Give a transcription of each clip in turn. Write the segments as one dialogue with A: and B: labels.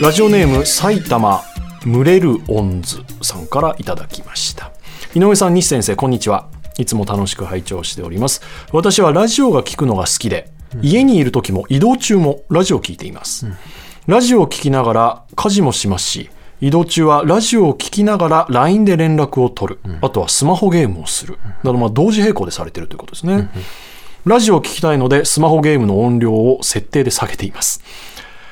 A: ラジオネーム埼玉群れるオンズさんからいただきました井上さん西先生こんにちはいつも楽しく拝聴しております私はラジオが聞くのが好きで家にいる時も移動中もラジオを聞いています、ラジオを聞きながら家事もしますし移動中はラジオを聞きながら LINE で連絡を取る、あとはスマホゲームをするなどまあ同時並行でされているということですね、ラジオを聞きたいのでスマホゲームの音量を設定で下げています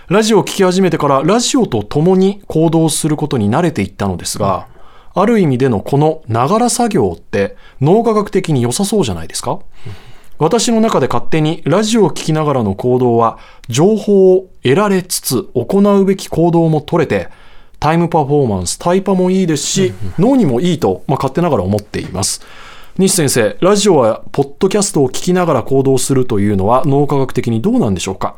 A: ラジオを聞き始めてからラジオと共に行動することに慣れていったのですが、ある意味でのこのながら作業って脳科学的に良さそうじゃないですか私の中で勝手にラジオを聞きながらの行動は情報を得られつつ行うべき行動も取れてタイムパフォーマンスタイパもいいですし脳にもいいと、まあ、勝手ながら思っています西先生ラジオはポッドキャストを聞きながら行動するというのは脳科学的にどうなんでしょうか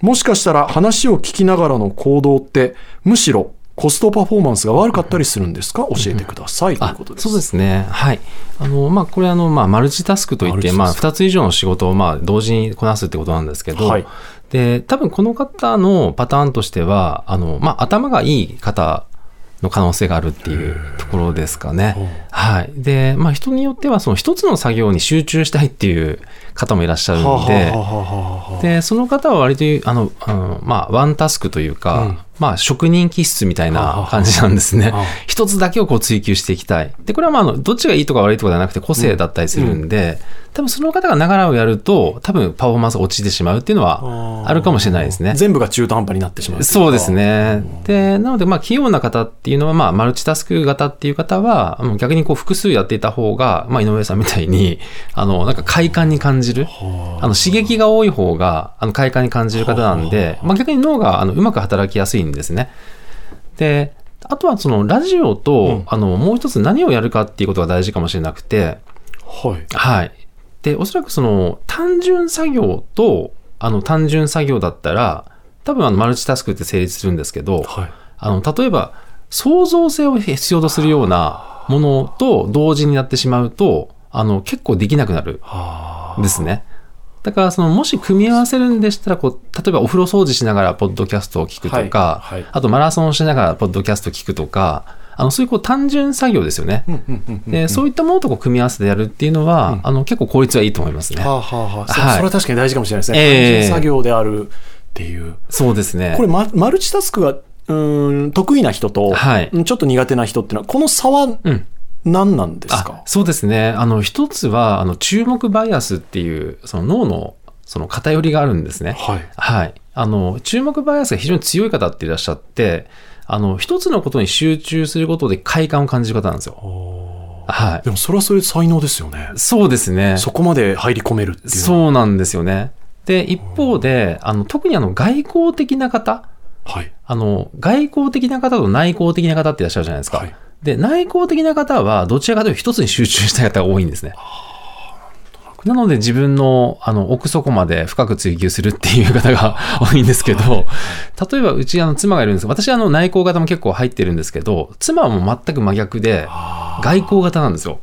A: もしかしたら話を聞きながらの行動ってむしろコストパフォーマンスが悪かったりするんですか教えてくださいということです
B: そうですね。はい。あの、まあ、これあの、まあ、マルチタスクとい
A: マ
B: っ
A: ルチタス
B: て、
A: ク
B: まあ、二つ以上の仕事を、まあ、同時にこなすってことなんですけど、
A: はい
B: で、多分この方のパターンとしては、あの、まあ、頭がいい方の可能性があるっていうところですかね。はい。で、まあ、人によっては、その一つの作業に集中したいっていう方もいらっしゃる
A: はあ
B: の
A: はあ
B: で、
A: はあはあはあ
B: で、その方は割と、あの、あのまあ、ワンタスクというか、
A: うん
B: まあ、職人気質みたいな感じなんですね
A: ああ。
B: 一つだけをこう追求していきたい。で、これはまあ、あのどっちがいいとか悪いとかじゃなくて個性だったりするんで、多分その方がながらをやると、多分パフォーマンスが落ちてしまうっていうのはあるかもしれないですね。
A: 全部が中途半端になってしまうといか
B: そうです。ね。で、なので、まあ、器用な方っていうのは、まあ、マルチタスク型っていう方は、あの逆にこう、複数やっていた方が、まあ、井上さんみたいに、 あの、なんか快感に感じる。あの、刺激が多い方が、あの、快感に感じる方なんで、まあ、逆に脳が、あの、うまく働きやすいんですね。で、あとは、その、ラジオと、
A: うん
B: あの、もう一つ何をやるかっていうことが大事かもしれなくて、
A: はい。
B: はい。で、おそらくその、単純作業と、あの、単純作業だったら、多分あの、マルチタスクって成立するんですけど、
A: はい。
B: あの、例えば、創造性を必要とするようなものと同時になってしまうと、あの、結構できなくなる
A: はあ。
B: んですね。だから、その、もし組み合わせるんでしたら、こう、例えばお風呂掃除しながらポッドキャストを聞くとか、
A: はいはい
B: あとマラソンをしながらポッドキャストを聞くとか、あの、そういうこう単純作業ですよね。
A: うんうんうんうん
B: で、そういったものとこう組み合わせてやるっていうのは、
A: うん
B: あの結構効率はいいと思いますね
A: は。あはあはあ。そ
B: はい
A: それは確かに大事かもしれないです
B: え
A: ね。
B: え
A: 単純作業であるっていう。
B: そうですね。
A: これ、ママルチタスクが、うーん、得意な人と、
B: はい
A: うんちょっと苦手な人っていうのは、この差は
B: うん。
A: 何なんです
B: あ
A: か、
B: そうですね。あの、一つは、あの、注目バイアスっていう、その脳の、その偏りがあるんですね。
A: はい。
B: はい。あの、注目バイアスが非常に強い方っていらっしゃって、あの、一つのことに集中することで快感を感じる方なんですよ。はい
A: で。も、それはそれで才能ですよね。
B: そうですね。
A: そこまで入り込めるっていうのは。
B: そうなんですよね。で、一方で、あの、特にあの、外交的な方、
A: はい。
B: あの、外交的な方と内向的な方っていらっしゃるじゃないですか。
A: はい
B: で、内向的な方は、どちらかというと一つに集中したい方が多いんですね。なので自分のあの奥底まで深く追求するっていう方 が多いんですけど、例えばうちあの妻がいるんです私あの内向型も結構入ってるんですけど、妻はもう全く真逆で、外向型なんですよ。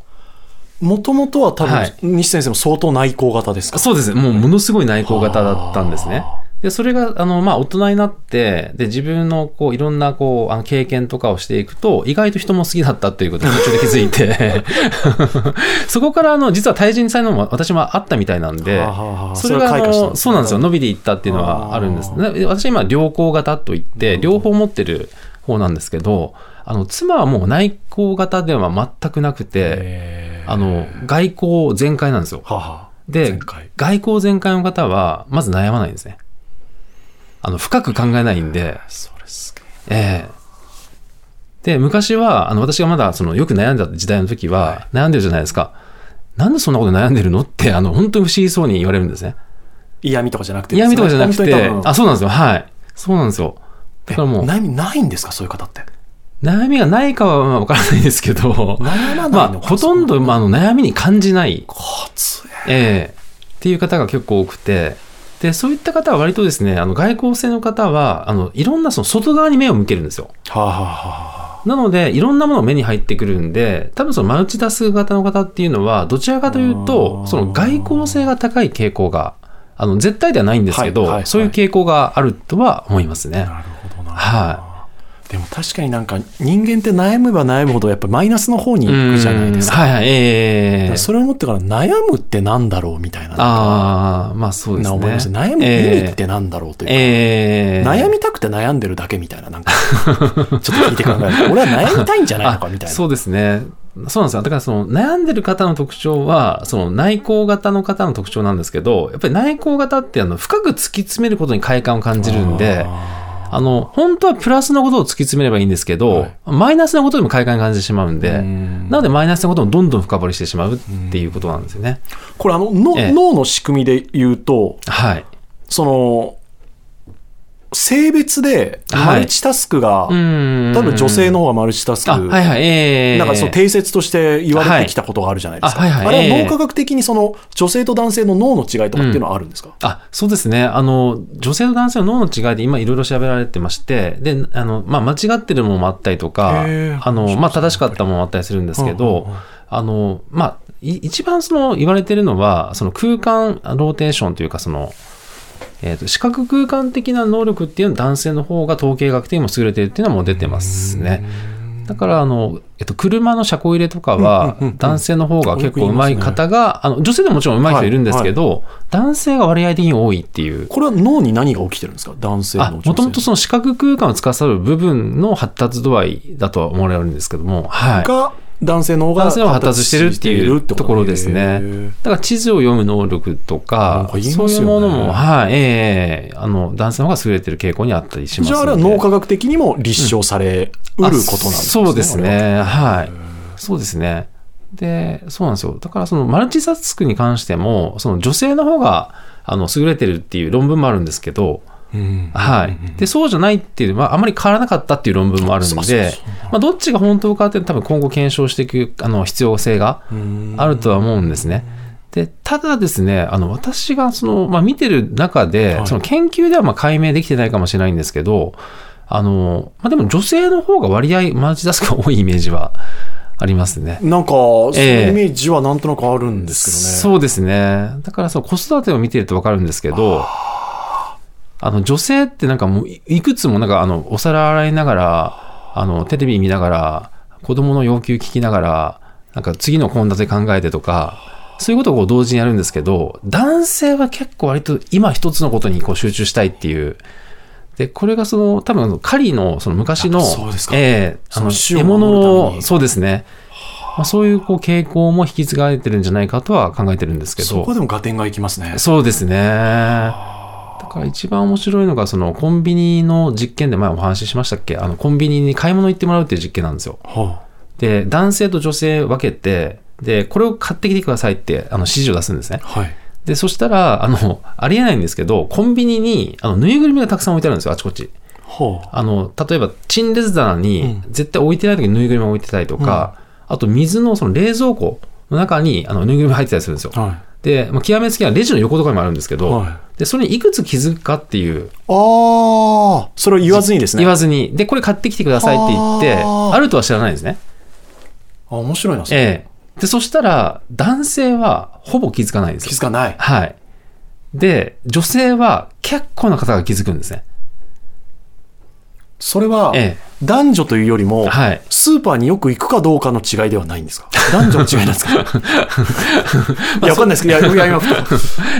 A: もともとは多分、
B: はい
A: 西先生も相当内向型ですか
B: そうですね。もうものすごい内向型だったんですね。で、それが、あの、まあ、大人になって、で、自分の、こう、いろんな、こう、あの、経験とかをしていくと、意外と人も好きだったということに途 中で気づいて、 そこから、あの、実は対人才能も私もあったみたいなんで
A: はあはあは、あ
B: それが、
A: そ
B: あ
A: れは開花したんですね
B: の、そうなんですよ。伸びていったっていうのはあるんです。
A: あ
B: で私今、良好型といって、両方持ってる方なんですけど、あの、妻はもう内向型では全くなくて、
A: え
B: あの、外交全開なんですよ。
A: ー、はあはあ。
B: で
A: 前回、
B: 外交全開の方は、まず悩まないんですね。あの、深く考えないんで、
A: それすげえ。
B: ええで、昔は、あの、私がまだ、その、よく悩んだ時代の時は、悩んでるじゃないですか。なんでそんなこと悩んでるのって、あの、本当に不思議そうに言われるんですね。
A: 嫌味とかじゃなくてですね、
B: 嫌味とかじゃなくて、
A: 本当に多分
B: あ、そうなんですよ。はい。そうなんですよ。だからもう
A: え、悩みないんですかそういう方って。
B: 悩みがないかはまあわからないですけど、
A: 悩まないのか
B: まあ、ほとんど、まあ、あの、悩みに感じない。
A: こつえ。
B: ええっていう方が結構多くて、で、そういった方は割とですね、あの外交性の方は、あの、いろんなその外側に目を向けるんですよ。
A: はあ、はあは
B: なので、いろんなものが目に入ってくるんで、多分そのマルチタスク型の方っていうのは、どちらかという
A: あ
B: と
A: ー、
B: その外交性が高い傾向が、あの、絶対ではないんですけど、
A: はいはいはい
B: そういう傾向があるとは思いますね。
A: あ、なるほどな。
B: はい。
A: でも確かになんか人間って悩めば悩むほどやっぱマイナスの方に行くじゃないですか。
B: うんはいはい、ええ
A: それを思ってから悩むってなんだろうみたいな
B: ああ、まあそうで
A: な
B: すね。
A: 思います悩む意味ってなんだろうというか、
B: ええ
A: 悩みたくて悩んでるだけみたいな、なんか、ちょっと聞いて考えると俺は悩みたいんじゃないのかみたい
B: あ
A: な。
B: そうですね。そうなんですよ。だからその悩んでる方の特徴は、その内向型の方の特徴なんですけど、やっぱり内向型ってあの深く突き詰めることに快感を感じるんで、
A: あ
B: あの、本当はプラスのことを突き詰めればいいんですけど、
A: はい
B: マイナスのことにも快感を感じてしまうん
A: ー
B: で、
A: うん
B: なのでマイナスのこともどんどん深掘りしてしまうっていうことなんですよね。
A: これあのの、
B: ええ
A: 脳の仕組みで言うと、
B: はい。
A: その、性別でマルチタスクが、
B: うん。
A: 多分女性の方がマルチタスク、
B: あ、はいはい、ええ
A: なんかそう定説として言われてきたことがあるじゃないですか。
B: はいあはいはい
A: あれは
B: ええ
A: 脳科学的にその女性と男性の脳の違いとかっていうのはあるんですか、
B: あそうですね。あの、女性と男性の脳の違いで今いろいろ調べられてまして、で、あの、まあ、間違ってるものもあったりとか
A: へー、
B: あ
A: そう
B: の、
A: そう
B: まあ、正しかったものもあったりするんですけ
A: うんうん
B: ど
A: うん、
B: あの、まあ、い一番その言われてるのは、その空間ローテーションというか、その、えっ、と、視覚空間的な能力っていうのは男性の方が統計学的にも優れてるっていうのはもう出てますね。だから、あの、えっと、車の車庫入れとかは
A: うんうんうんうん、
B: 男性の方が結構上手い方が、あの、女性でももちろん上手い人いるんですけど、男性が割合的に多いっていう。
A: これは脳に何が起きてるんですか男性
B: あ、
A: の
B: も
A: 女性
B: ともとその視覚空間を司る部分の発達度合いだとは思われるんですけども、はい。
A: が男性の方が
B: 男性は発達してるっていうところですね
A: へー。
B: だから地図を読む能力と
A: なん
B: か
A: か、言いますよ
B: そ
A: ね
B: ういうものも、はい、ええあの、男性の方が優れてる傾向にあったりします
A: じ
B: の
A: ゃ
B: で。
A: ああれは脳科学的にも立証されうることなんですね。
B: あそうです
A: あれは。
B: ね。はい。そうですね。で、そうなんですよ。だからそのマルチタスクに関しても、その女性の方が、あの、優れてるっていう論文もあるんですけど、
A: うん
B: はい。で、そうじゃないっていう、まあ、あまり変わらなかったっていう論文もある
A: そ
B: ん
A: うそう
B: で
A: そ、
B: まあ、どっちが本当かって多分今後検証していく、あの、必要性が
A: うん
B: あるとは思うんですね。で、ただですね、あの、私がその、まあ、見てる中で、
A: はい
B: その研究ではまあ解明できてないかもしれないんですけど、あの、まあ、でも女性の方が割合マルチタスクが多いイメージはありますね。
A: なんか、そう
B: え
A: いう
B: え
A: イメージはなんとなくあるんですけどね。
B: そうですね。だからそう、子育てを見てるとわかるんですけど、あの、女性ってなんかもうい、いくつもなんか、あの、お皿洗いながら、あの、テレビ見ながら、子供の要求聞きながら、なんか次の献立考えてとか、そういうことをこう同時にやるんですけど、男性は結構割と今一つのことにこう集中したいっていう。で、これがその、多分、狩りの、その昔の、
A: やっぱそうですか
B: ええあの、
A: その
B: 獲
A: 種を守るために
B: 物を、そうですね。まあ、そういうこう傾向も引き継がれてるんじゃないかとは考えてるんですけど。
A: そこでも合点がいきますね。
B: そうですね。だから一番面白いのが、そのコンビニの実験で前お話ししましたっけあの、コンビニに買い物行ってもらうっていう実験なんですよ。
A: は
B: で、男性と女性分けて、で、これを買ってきてくださいって、あの、指示を出すんですね
A: あ。はい。
B: で、そしたら、あの、ありえないんですけど、コンビニに、あの、ぬいぐるみがたくさん置いてあるんですよ、あちこち。
A: はあ。
B: あの、例えば、陳列棚に
A: う
B: 絶対置いてない時にぬいぐるみを置いてたりとか、あと水のその冷蔵庫の中に、あの、ぬいぐるみ入ってたりするんですよ。
A: はい。
B: で、まあ、極めつけはレジの横とかにもあるんですけど、
A: はい
B: で、それにいくつ気づくかっていう、
A: ああ、それを言わずにですね。
B: 言わずに、で、これ買ってきてくださいって言って、
A: はあ
B: あるとは知らないんですね。
A: あ、面白いな、それ
B: ええ。で、そしたら、男性はほぼ気づかないんですよ
A: 気づかない。
B: はい。で、女性は結構な方が気づくんですね。
A: それは、
B: え
A: 男女というよりも、
B: はい。
A: スーパーによく行くかどうかの違いではないんですか男女の違いなん ですかいや、わかんないですけど、いや、いや今、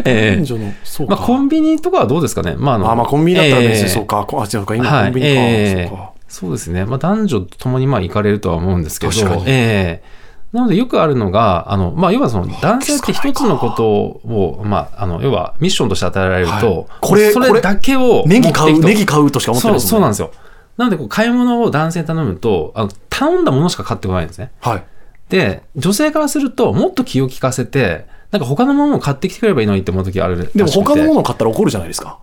B: ええ
A: 男女の、そうか。
B: まあ、コンビニとかはどうですかね。まあ、あの
A: あ、まあコンビニだったら別
B: ええ
A: にそうか。こあ、違うか、今
B: は
A: コ
B: い
A: ンビニか。
B: ええ
A: そうか
B: そうですね。まあ、男女ともにまあ行かれるとは思うんですけど、
A: 確かに
B: ええなのでよくあるのが、あの、まあ、要はその男性っ
A: 気
B: て
A: づかない
B: 一
A: か
B: つのことを、まあ、あの、要はミッションとして与えられると、
A: はいこれ
B: それだけを
A: ネギ買う、
B: 持ってい
A: ネ
B: く
A: ギ買うとしか
B: と
A: 思ってないう
B: そ、そうなん
A: ん
B: ですよ。なので、こう、買い物を男性に頼むと、あの、頼んだものしか買ってこないんですね。
A: はい。
B: で、女性からすると、もっと気を利かせて、なんか他のものを買ってきてくればいいのにって思う時があるらしくて。
A: でも他のものを買ったら怒るじゃないですか。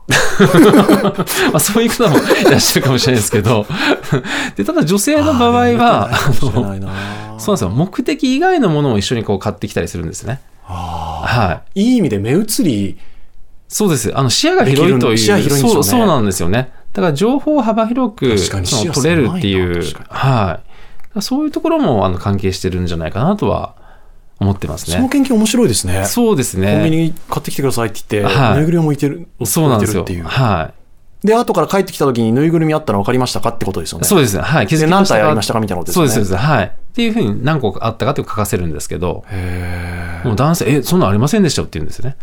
B: まあ、そういう方もいらっしゃるかもしれないですけど、 でただ女性の場合
A: あ
B: は、あ
A: ーでも
B: の
A: よくないかもしれないな
B: そうなんですよ、目的以外のものを一緒にこう買ってきたりするんですね。
A: あ
B: はい。
A: ーいい意味で目移り、
B: そうです。あの視野が広いとい
A: で
B: う、
A: きる視野広いんですよね
B: そうそうなんですよね。だから情報を幅広く
A: 確かに
B: その
A: 視
B: 取
A: 野
B: れ
A: 狭い
B: る
A: な
B: っていう、はい。だ
A: 確
B: からそういうところもあの関係してるんじゃないかなとは思ってます
A: その
B: ね。
A: 研究面白いですね。
B: そうですね。
A: コンビニ買ってきてくださいって言って、
B: はい
A: ぬいぐるみを置いてる、
B: そうなんですよ。
A: 置いてるっていう。
B: はい。
A: で、後から帰ってきた時にぬいぐるみあったの分かりましたかってことですよね。
B: そうですね。はい。気づ
A: で
B: き
A: 何
B: ました
A: 体あ
B: か
A: りましたかみたいなことです
B: そう
A: よ
B: で
A: ね。
B: す、そうです。はい。っていうふうに何個あったかっていうのを書かせるんですけど、
A: へー
B: もう男性、え、そんなんありませんでしたよって言うんですよね。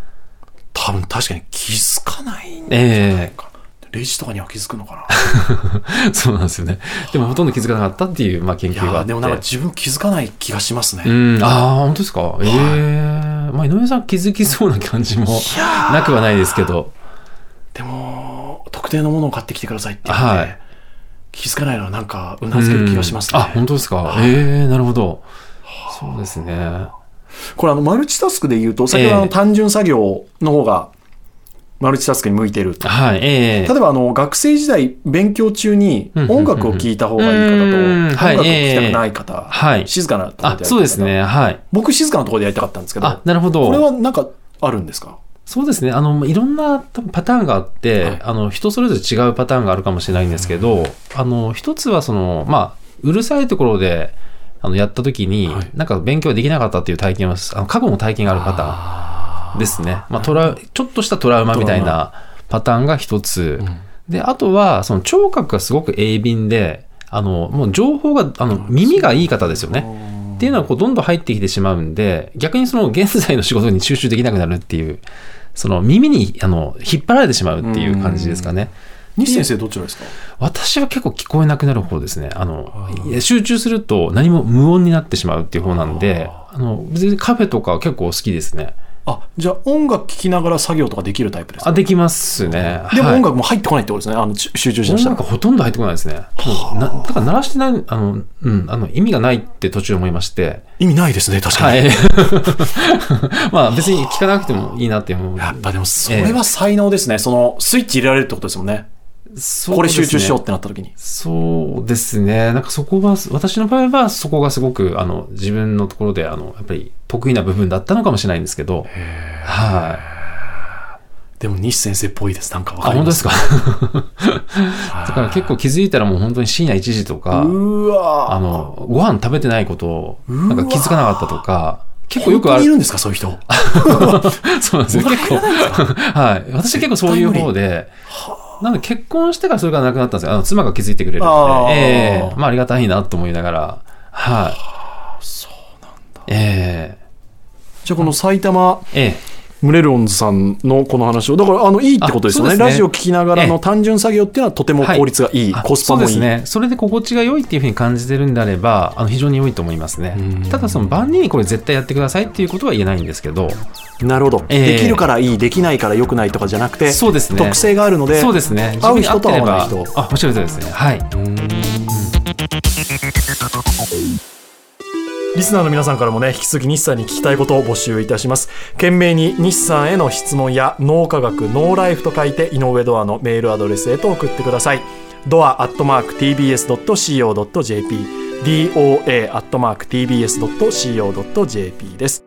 A: 多分確かに気づかないんじゃない
B: え
A: か。レジとかには気づくの かな。
B: えそうなんですよね。でもほとんど気づかなかったっていう、まあ、研
A: い
B: 究があ
A: や
B: っ
A: ー
B: て。
A: でもなんか自分気づかない気がしますね。
B: うん、ああ、本当ですか。ええまあ、井上さん気づきそうな感じも
A: いやー
B: なくはないですけど。
A: でも、特定のものを買ってきてくださいって言って、
B: はい
A: 気づかないのはなんか、うなずける気がしますね。
B: うんあ、本当ですか。
A: はい
B: ええなるほど。そうですね。
A: これあの、マルチタスクで言うと、先ほどあ
B: え
A: の
B: え
A: 単純作業の方が、マルチタスクに向いてると。
B: はい、ええ
A: 例えばあの、学生時代、勉強中に
B: うんうんうん
A: 音楽を聴いた方がいい方と、
B: うん
A: 音楽を聴きたくない
B: は
A: 方、
B: い
A: 静かなところで
B: あ
A: やりたい、方
B: そうですね。はい。
A: 僕、静かなところでやりたかったんですけど
B: あ、、なるほど。
A: これはなんかあるんですか
B: そうですね。あの、いろんな多分パターンがあって、
A: はい
B: あの、人それぞれ違うパターンがあるかもしれないんですけど、あの、一つはその、まあ、うるさいところで、あの、やった時に、
A: はい
B: なんか勉強できなかったっていう体験は、あの、過去の体験があるパターン
A: あ
B: ですね。まあ、トラウちょっとしたトラウマみたい
A: トラウ
B: なパターンが一つ。
A: ー
B: で、あとは、その聴覚がすごく鋭敏で、あの、もう情報が、あの、耳がいい方ですよね。
A: ね
B: っていうのはこうどんどん入ってきてしまうんで逆にその現在の仕事に集中できなくなるっていうその耳にあの引っ張られてしまうっていう感じですかね
A: 西先生、どちらですか
B: 私は結構聞こえなくなる方ですねあの
A: あー
B: いや集中すると何も無音になってしまうっていう方なんで
A: あ
B: あの別にカフェとか結構好きですね
A: あ、じゃあ音楽聴きながら作業とかできるタイプですか
B: あできますね
A: でも
B: はい
A: 音楽も入ってこないってことですね、あの集集中しだしたら。
B: 音楽ほとんど入ってこないですね
A: はあ
B: なだから鳴らしてないあの、うん、あの意味がないって途中思いまして
A: 意味ないですね、確か
B: は
A: に。
B: い まあ別に聞かなくてもいいなって思う
A: やっぱでも、それは才能ですね、そのスイッチ入れられるってことですもんね、
B: そう
A: これ集中しようっ
B: う。
A: てなった時に。
B: そうですね。なんかそこは、私の場合はそこがすごく、あの、自分のところで、あの、やっぱり得意な部分だったのかもしれないんですけど。はい。
A: でも、西先生っぽいです、なんかわ
B: あ、
A: かりま。
B: 本当ですすかだから 結構気づいたらもう本当に深夜1時とか、
A: う
B: あ
A: わぁ、
B: の、ご飯食べてないことを、
A: うわ
B: なんか気づかなかったとか、結構よ
A: 本
B: く
A: 当
B: あ
A: にい
B: る。
A: るんですか、そういう人。
B: そうなんですよ。結構。 はい。私は結構そういう方で、なので結婚してからそれがなくなったんですよ。あの、妻が気づいてくれる
A: あ
B: の
A: ー
B: で、ええまあありがたいなと思いながら、はい。そうなんだ。え
A: じゃあ、この埼玉
B: えええ
A: ムレロンズさんのこの話を、だから、あの、いいってことですよ
B: あ
A: ね。
B: そう
A: ラ
B: ですね
A: ジオ聞きながら
B: え
A: の
B: え
A: 単純作業っていうのはとても効率がいい、
B: あ
A: コスパもい
B: そ
A: い。
B: うですね。それで心地が良いっていうふうに感じてるんであれば、あの非常に良いと思いますね
A: うん。
B: ただその万人にこれ絶対やってくださいっていうことは言えないんですけど、
A: なるほど。
B: ええ
A: できるからいい、できないから良くないとかじゃなくて、
B: そうですね
A: 特性があるので、
B: そうですね。
A: 合う人と合わない
B: 自分に合ってれ
A: 人。
B: ばあ、おっしゃるとりですね。はい。
A: リスナーの皆さんからもね、引き続き日産に聞きたいことを募集いたします。懸命に日産への質問や、脳科学、脳ライフと書いて、井上ドアのメールアドレスへと送ってください。ドアアットマーク TBS.CO.JP、DOA アットマーク TBS.CO.JP です。